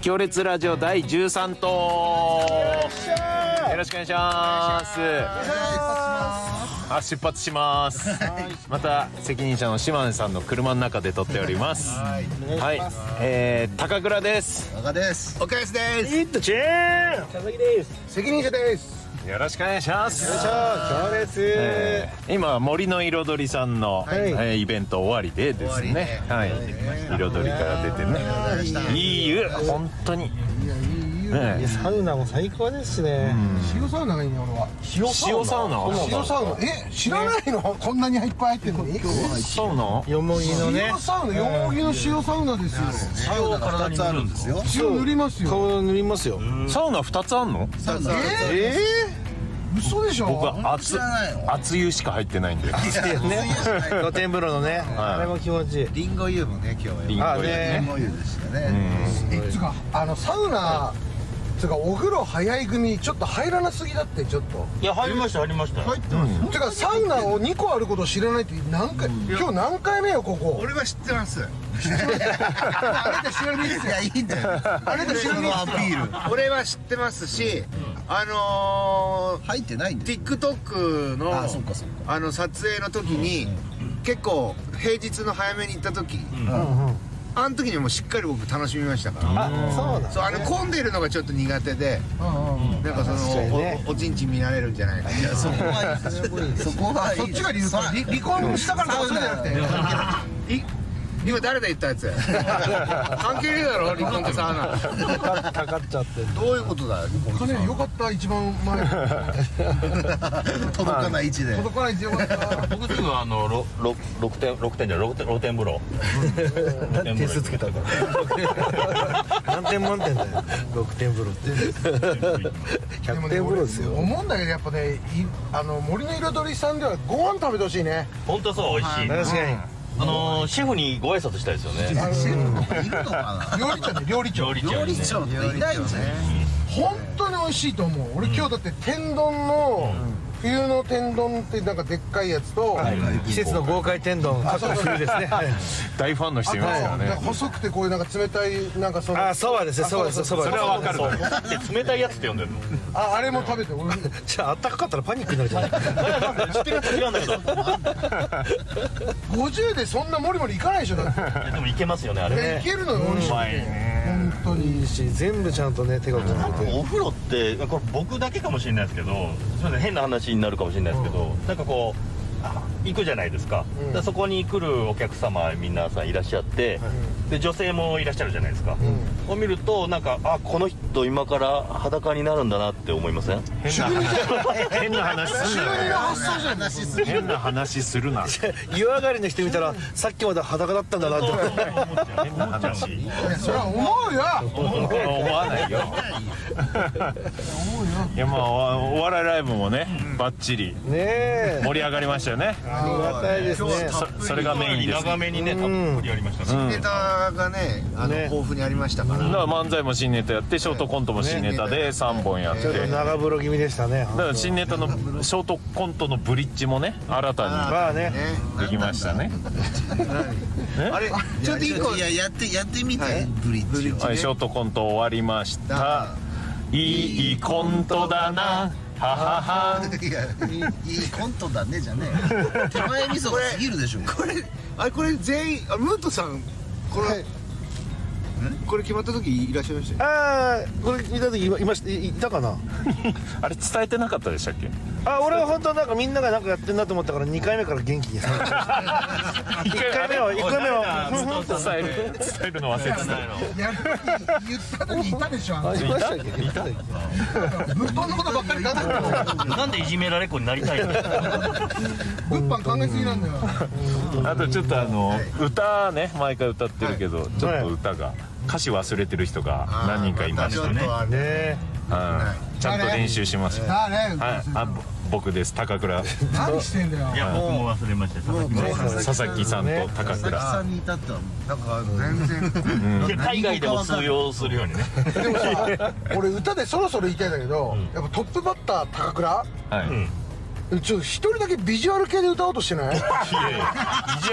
行列ラジオ第13棟よろしくお願いしますあ出発しますまた責任者の島根さんの車の中で撮っておりますはいえー、高倉です中です岡安ですイットチェーン佐々木です責任者ですよろしくお願いします行列えー今森の彩りさんの、えーイベント終わりでですねはい、彩りから出てねいい湯本当にねサウナも最高ですしね塩サウナがいいね俺は塩サウナ塩サウナえ知らないのこんなにいっぱい入ってるのにサウナよもぎのね塩サウナよもぎの塩サウナですよサウナが2つあるんですよ塩塗りますよ顔塗りますよサウナ2つあんのサウナえー嘘でしょ僕は熱知らないの熱湯しか入ってないんで露天風呂のねあれも気持ちいいリンゴ湯もね今日はリンゴ湯ねリンゴ湯でしたねえつうかあのサウナつうかお風呂早い組ちょっと入らなすぎだってちょっといや入りました入りました入ってますてかサウナを2個あることを知らないって何回今日何回目よここ俺は知ってますあれって知らないいやいいんだよあれって知らそないのアピール俺は知ってますし、あの入ってないんだよー、TikTok のああそっかそっかの撮影の時に、結構平日の早めに行った時、あの時にもうしっかり僕楽しみましたから、あそうだそうあの混んでるのがちょっと苦手で、なんかその、おおちんちん見られるんじゃないかいやそこはいいそこはいいそっちが理由さか離婚したからとかそうじゃなくてい今誰だ言ったやつ関係ねえだろ離婚とサウナかかっちゃってるどういうことだよ金よかった一番前 届かない位置で届かないってよかった僕すぐあのろろ六点六点じゃない六点露天風呂点数つけたから何点満点だよ6点風呂って100点風呂ですよ思うんだけどやっぱねいあの森の彩りさんではご飯食べてほしいね本当そう美味しい確かにあのーシェフにご挨拶したいですよねシェフの方いるのか料理長ね料理長料な理料理長にね長っていないんじゃない本当に美味しいと思う俺今日だって天丼の冬の天丼ってなんかでっかいやつと季節の豪快天丼過去冬ですねはい大ファンの人あいとますよなんかね細くてこういうなんか冷たいなんかそのあそばですねそばですそばそでれすはわかるそうで冷たいやつって呼んでるのああれも食べて俺じゃああったかかったらパニックになるじゃない知ってるやつ違うんだけど50でそんなモリモリいかないでしょだってでもいけますよねあれねいけるのよ美味しいまいね本当にいいし全部ちゃんとね手が込んでてお風呂ってこれ僕だけかもしれないですけどすいません変な話になるかもしれないですけど、なんかこうあ行くじゃないですか,、でそこに来るお客様皆さんいらっしゃって、で女性もいらっしゃるじゃないですか、を見るとなんかあこの人今から裸になるんだなって思いません変な話すんなよ発想じゃない変な話するな湯上がりの人見たらさっきまで裸だったんだなって変な話それは思うよ思わないよいやまあおお笑いライブもねバッチリねえ盛り上がりましたよねありがたいですねそそれがメインですだ長めにねたっぷりありましたね、ネタがねあのね豊富にありましたから、から漫才も新ネタやってショートコントも新ネタで3本やってちょっとだ長風呂気味でしたねから新ネタのショートコントのブリッジもね新たまあねねにできましたねあれちょっと一個いややってやってみてはいブリッジをはい、ショートコント終わりましたいいコントだなはははい やいいコントだねじゃねえよ手前味噌が過ぎるでしょこれあれこれ全員あムートさんこれ、はいこれ決まった時いらっしゃいましたよああこれ見た時いまいましたいいたかなあれ伝えてなかったでしたっけあ俺は本当なんかみんながなんかやってんなと思ったから2回目から元気に参加 して1回目は1回目はふんふんって伝える伝えるの忘れてたやるって言った時いたでしょあのありましたっけいた物販のことばっかり考えてるなんでいじめられっ子になりたいの物販考えすぎなんだよあとちょっとあの、歌ね毎回歌ってるけど、ちょっと歌が歌詞忘れてる人が何人かいましたね、あねえうん、ちゃんと練習しますよはいだねあぼ僕です高倉何してんだよいや僕も忘れました佐々木も佐々木さんと高佐々木倉さんに至ってはもうなんかあの全然いや海外でも通用するようにねでも さ俺歌でそろそろ言いたいんだけど、やっぱトップバッター高倉はい、んちょっと一人だけビジュアル系で歌おうとしてないビジュ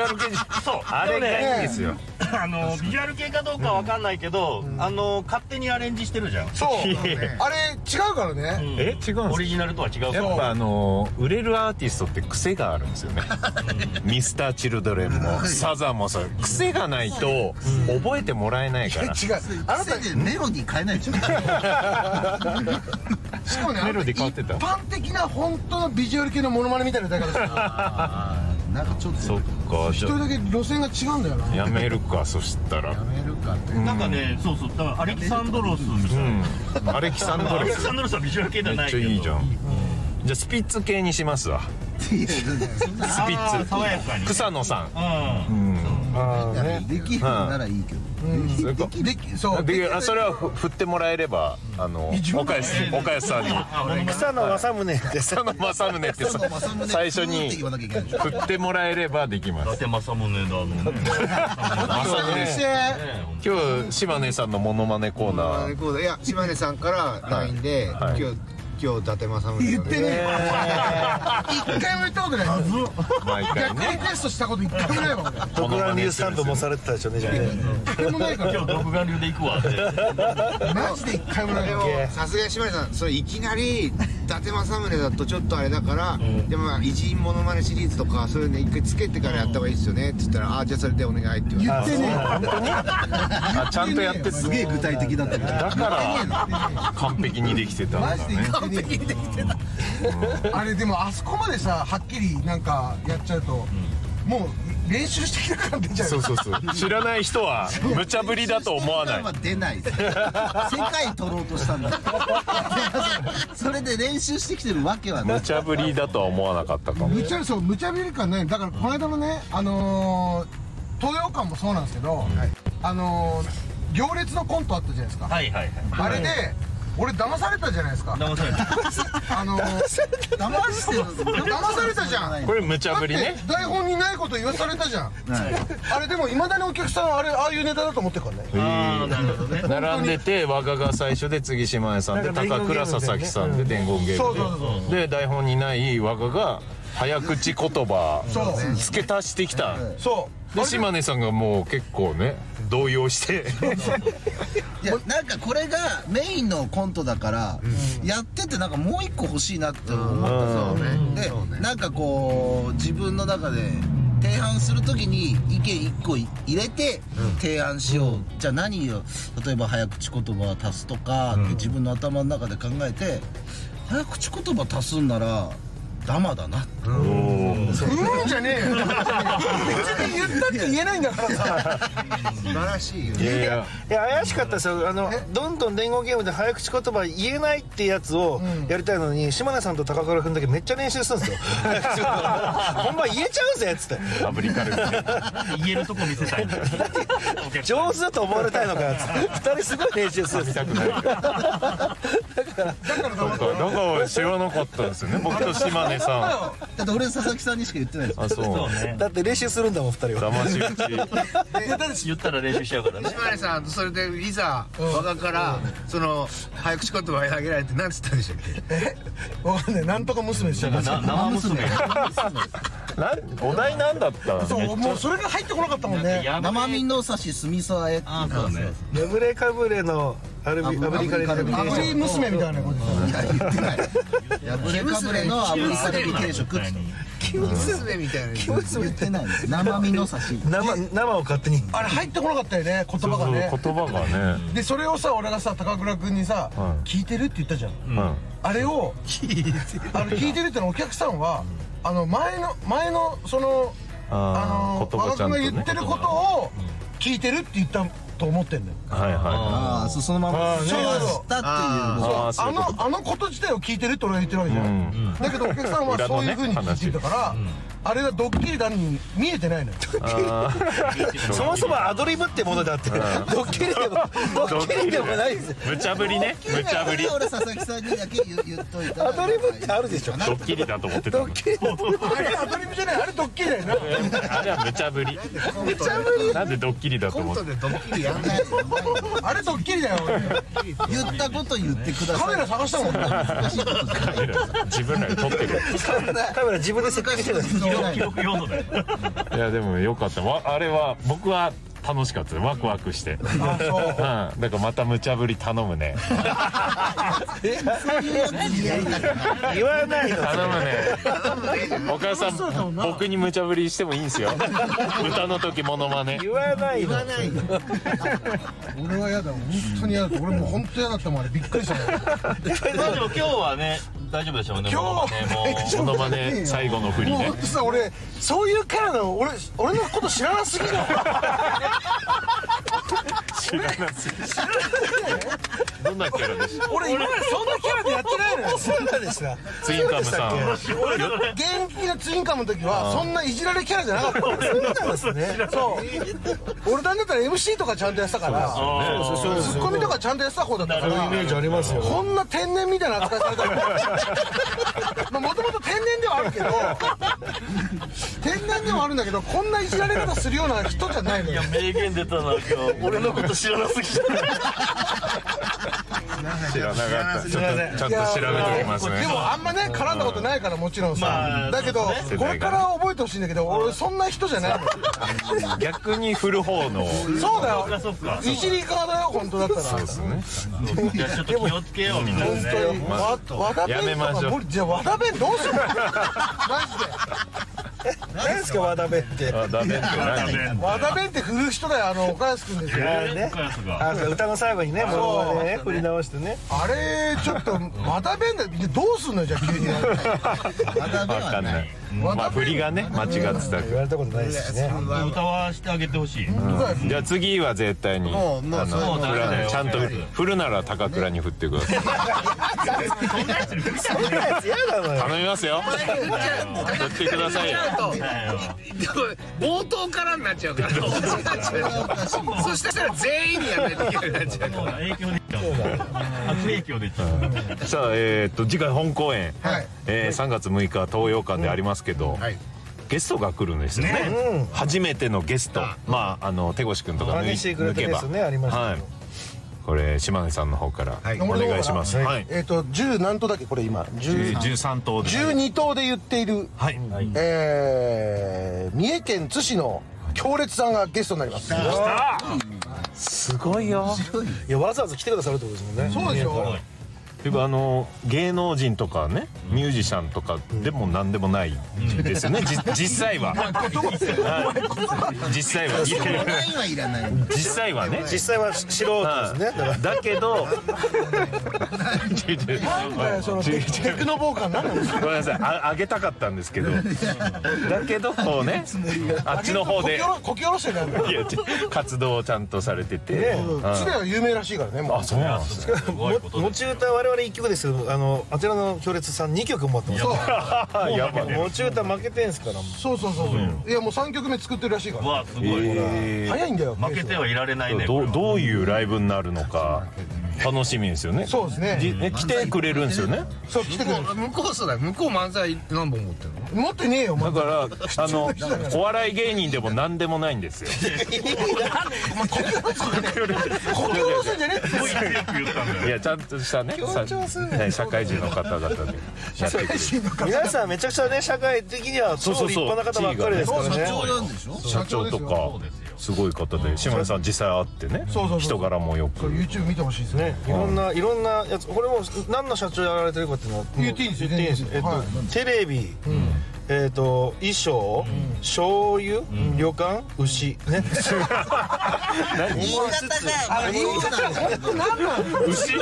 アル系そうあれがいいんですよ、あのビジュアル系かどうかわかんないけど、あの勝手にアレンジしてるじゃんそういや あれ違うからねうんえ違うんですかオリジナルとは違うかやらっぱあの売れるアーティストって癖があるんですよねミスターチルドレンもサザンもそう癖がないと覚えてもらえないいやか違うらああななたたでメロディー変えないでしょしかもねメロディー変わってた一般的な本当のビジュアル系のモノマネみたいな歌だからさ なんかちょっとそっかじ一ゃ人だけ路線が違うんだよなあやめるかそしたらやめるかってなんかね、そうそうだからアレキサンドロスみたいな、うんアレキサンまあドアレレキスサンドロスはビジュアル系でめはなっいちゃけどいいじゃんじゃあスピッツ系にしますわいやいやいやそんなスピッあーツ爽やかに草野さうんうんんああねできるならいいけど、そういうこでときできそうであそれはふ振ってもらえればあの岡安岡安さんにあ俺が草野正宗って草野正宗ってさ最初ってに言わなきゃいけないでしょ振ってもらえればできま伊す達政宗だのね正宗そしさんて今日島根さんのモノマネコーナーいや島根さんから LINE で、はい今日今日伊達政宗言ってねえ一回も言ったことない毎回逆リねクエストしたこと一回もないわ俺特段流スタンドもされてたでしょねじゃあね一回もないか今日独眼流で行くわってらマジで一回もないでわもさすがに島根さんそれいきなり伊達政宗だとちょっとあれだから、でもまあ偉人モノマネシリーズとかそういうの一回つけてからやった方がいいですよねって言ったら「ああじゃあそれでお願い」って言われて言ってねあちゃんとやってすげえ具体的だったけどだから完璧にできてたんだマジでね言ってねえよあれでもあそこまでさはっきりなんかやっちゃうともう練習してきた感じじゃんそうそうそう知らない人は無茶ぶりだと思わない出ない です世界取ろうとしたんだそれで練習してきてるわけはな無い茶ぶりだとは思わなかったかも無茶そう無茶ぶり感ないだからこの間のねあのー東洋館もそうなんですけど、あのー行列のコントあったじゃないですか、はいはいはいあれで俺騙されたじゃないですか騙されたあのー騙してる騙されたじ ゃんこれ無茶ぶりだっねて台本にないこと言わされたじゃ んはいあれでもいまだにお客さんはあれああいうネタだと思ってるからねあーなるほどね並んでて和歌が最初で次島根さんでなんか高倉佐々木さんで伝言ゲそうそうームでで台本にない和歌が早口言葉そう付け足してきたそうで島根さんがもう結構ね動揺していやなんかこれがメインのコントだから、やっててなんかもう一個欲しいなって思ったんですよ、でなんかこう自分の中で提案するときに意見一個入れて提案しよう、じゃあ何を例えば早口言葉を足すとかって自分の頭の中で考えて早口言葉足すんならダマだなってうんじゃねえよ 別に言ったって言えないんだ からさ素晴らしいよいやいやいや怪しかったですよあのどんどん伝言ゲームで早口言葉言えないってやつをやりたいのに、島根さんと高倉君だけめっちゃ練習するんです よ本番言えちゃうぜっつってアブリカルみたいな言えるとこ見せたいんだよお客さん上手だと思われたいのかっつって2人すごい練習するんですよ痛くないだからだからだから知らなかったんですよね僕と島根さ だって俺佐々木さんにしか言ってないですんあそうそうねだって練習するんだもん2人は騙し討ち言ったら練習しちゃうからね島根さんそれでいざ我がからその早口言葉投げられて何つったんでしたっけわかんないなんとか娘しちゃったな生娘なんお題なんだったそうもうそれが入ってこなかったもんねやばい生身の差しすみそあえっていうそうねそう「眠れかぶれ」のアルビアブリカレビテアアープショリ娘みたいなことでいや言ってない破れかぶれの炙りカレビ定食って娘みたいな言ってないです生身の差しン生生を勝手にあれ入ってこなかったよね言葉がね言葉がねでそれをさ俺がさ高倉君にさは「聞いてる?」って言ったじゃんうんあれをあの聞いてるってのはお客さんはあの前の前のそのああーの言葉和ちゃ田んと君ねが言ってることを聞いてるって言ったと思ってんのよはいはああそそのままねシェアしたっていういのああそうあいうことのあのこと自体を聞いてるって俺が言ってるわけじゃん、うんだけどお客さんは裏そのういねうふうに聞いてたから、あれがドッキリだに見えてないのよあそもそもアドリブってものだってドッキリでもドッキリでもないですー無茶ぶりね無茶ぶり俺佐々木さんにだけ言言っといたらアドリブってあるでしょドッキリだと思ってたドのッキリあれアドリブじゃないあれドッキリだよなあれは無茶ぶり無茶ぶりなんでドッキリだとコ思ンってトでドッキリやんないあれドッキリだよ俺言ったこと言ってくだカメさラい探したもんねカメラ自分らで撮ってるカメラ自分で設計してる記録用のだよいやでもよかったわあれは僕は楽しかったですワクワクして、うん、あそうだからまた無茶ぶり頼むね言わないの頼むねお母さん僕に無茶ぶりしてもいいんですよ歌の時モノマネ言わないの俺は嫌だ本当に嫌だった俺もう本当嫌だったもんあれびっくりしたよまあでも今日はね大丈夫でしょうね今日はモノマネ最後の振りもうね本当さ俺そういうキャラなの俺俺のこと知らなすぎだよ知らないどんなキャラでした 俺今までそんなキャラでやってないのよそうなんでしたツインカムさん俺の現役のツインカムの時はそんないじられキャラじゃなかったそうなんですねそう俺なんだったら MC とかちゃんとやってたからツッコミとかちゃんとやってた方だったからイメージありますよこんな天然みたいな扱いされたら まあもともと天然ではあるけど天然ではあるんだけどこんないじられ方するような人じゃないのいよや名言出たな今日俺のこと知らなすぎじゃない知らなかったちょっとちゃんと調べておきますねでもあんまね絡んだことないからもちろんさ、まあだけど、そうねこれから覚えてほしいんだけど俺そんな人じゃないのよ逆に振る方のそうだよあそっかいじり側だよ本当だったらそうですねいやちょっと気をつけようみんなで本ね当にわ和田やめ弁まとしょかう無理じゃあ和田弁どうするのマジで何ですか和田弁ってあダメって何和田弁って振る人だよあの岡安君ですよあれねあそう歌の最後にねものまねね振り直してねあれちょっと和田弁だよどうすんのよじゃあ急にまだでわかはんなないいまあ振りがね間違ってたけ言われたことないですしね歌わしてあげてほしいどじゃあ次は絶対にもうもうあそういうのの振らないちゃんともう振るなら高倉に振ってくださいそんなやつ嫌なのよ頼みますよ振ってくださいよ冒頭からになっちゃう からそしたら全員にやらないといけなくなっちゃうもう影響出ちゃう悪影響出ちゃうさあえーっと次回本公演えー3月6日東洋館でありますけどはいゲストが来るんですよね初めてのゲストまああの手越くんとか真抜い似してくれ抜たけでばすねありましたはけいどこれ島根さんの方からいお願いしますはいえっと10何頭だっけこれ今10 13頭で12頭で言っている、はいえー三重県津市の強烈さんがゲストになりますすごいよいやわざわざ来てくださるってことですもそんねうでしょていうかあの芸能人とかねミュージシャンとかでも何でもないですよね、 じ実際ははい実際はいやいやないはいらない実際はね実際は素人ですねだかはいだけど違う違うえーその違う違テうテクノボーカー何なの ごめんなさいああげたかったんですけどだけどこうねあっちの方でこきおろこきおろしてないのいやち活動をちゃんとされてて、津では有名らしいからねもうあそうなんですねすごいことら持ですち歌我々一曲ですけどあのあちらの強烈さん二曲持ってますあやばい持ち歌負けてんすからもそうそうそうそういやもう3曲目作ってるらしいからわあすごいえ早いんだよ負けてはいられないねどううどういうライブになるのか楽しみですよねそうですねじえ来てくれるんですよねそう来てくれる向こうそうだよ向こう漫才何本持ってるの持ってねえよお前だからあのお笑い芸人でも何でもないんですよこきおろすんじゃねえ って強く言ったんだいよやちゃんとしたねさね社会人の方々でやってくれる う皆さんめちゃくちゃね社会的にはそ超うそう立そう派な方ばっかりですから社ね長なんでしょ社長とかすごい方で島根さん実際会ってねそうそうそう人柄もよく YouTube 見てほしいですねね、いろんな、いろんなやつ、これも何の社長やられてるかっていうのはもう言っていいんですよ言っていいんですよえっと、はテレビ、えっと、衣装、醤油、旅館、牛、ね。新潟が新潟が牛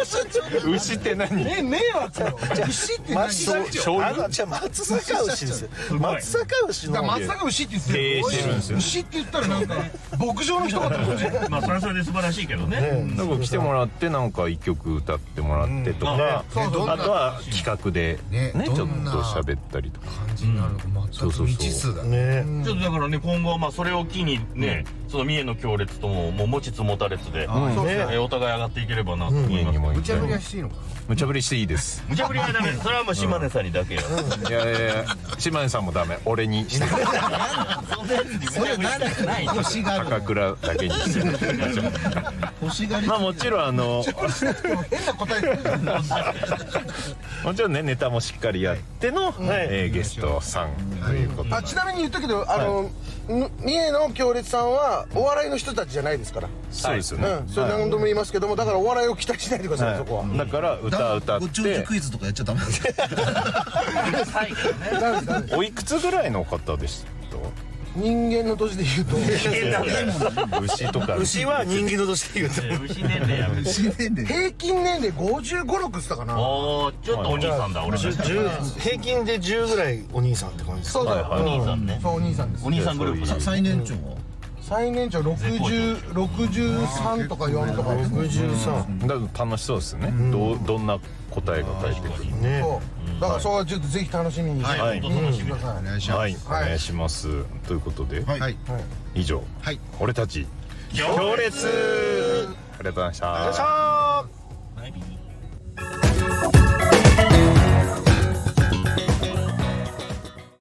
牛って何え迷惑よ牛って何松醤阪、あ油の、じゃ、松阪牛ですよ。松阪牛だからの。松坂牛って言って経営してるんですよ牛って言ったらなんか牧場の人かと思うじゃんまあそれはそれで素晴らしいけどねなんか来てもらってなんか一曲歌ってもらってとか、うんそうそうあとは企画でねねちょっとどんな喋ったりとか感じになるのか全く未知数だねね、ちょっとだからね今後はまあそれを機にねその三重の強烈とももう持ちつ持たれつでんねえお互い上がっていければなと思い家ますにも行無って茶ぶりはしていいのか無茶ぶりしていいです無茶ぶりはダメそれはもう島根さんにだけよいやいやいや島根さんもダメ俺にしてなそれなんで欲しがる高の倉だけにして欲しがりまあもちろんあの変な答え言ってるもちろんねネタもしっかりやっての、えーゲストさんということであちなみに言ったけどあのん三重の強烈さんはお笑いの人たちじゃないですからそうですよね、うんそれ何度も言いますけどもだからお笑いを期待しないでくださいそこははい、だから歌を歌っご長寿てクイズとかやっちゃ ダメなんですよおいくつぐらいの方でし人間の年で言う とた牛とか牛は人間の年 で言うと牛年齢やめて新年で平均年齢5 5 6っつったかなおーちょっとお兄さんだ俺たち10平均で10ぐらいお兄さんって感じですそうだよはいはいうんお兄さんねそうお兄さんですお兄さんグループだ 最年長は最年長6063とか4とかですね63だから楽しそうですよね、どうどんな答えが返ってくるかねそうだからそこはちょっとぜひ楽しみにしてはい本当楽しみください願いしはい、はいお願いしますということで、はいはい以上、はい俺たち行ありがとうございましたさあ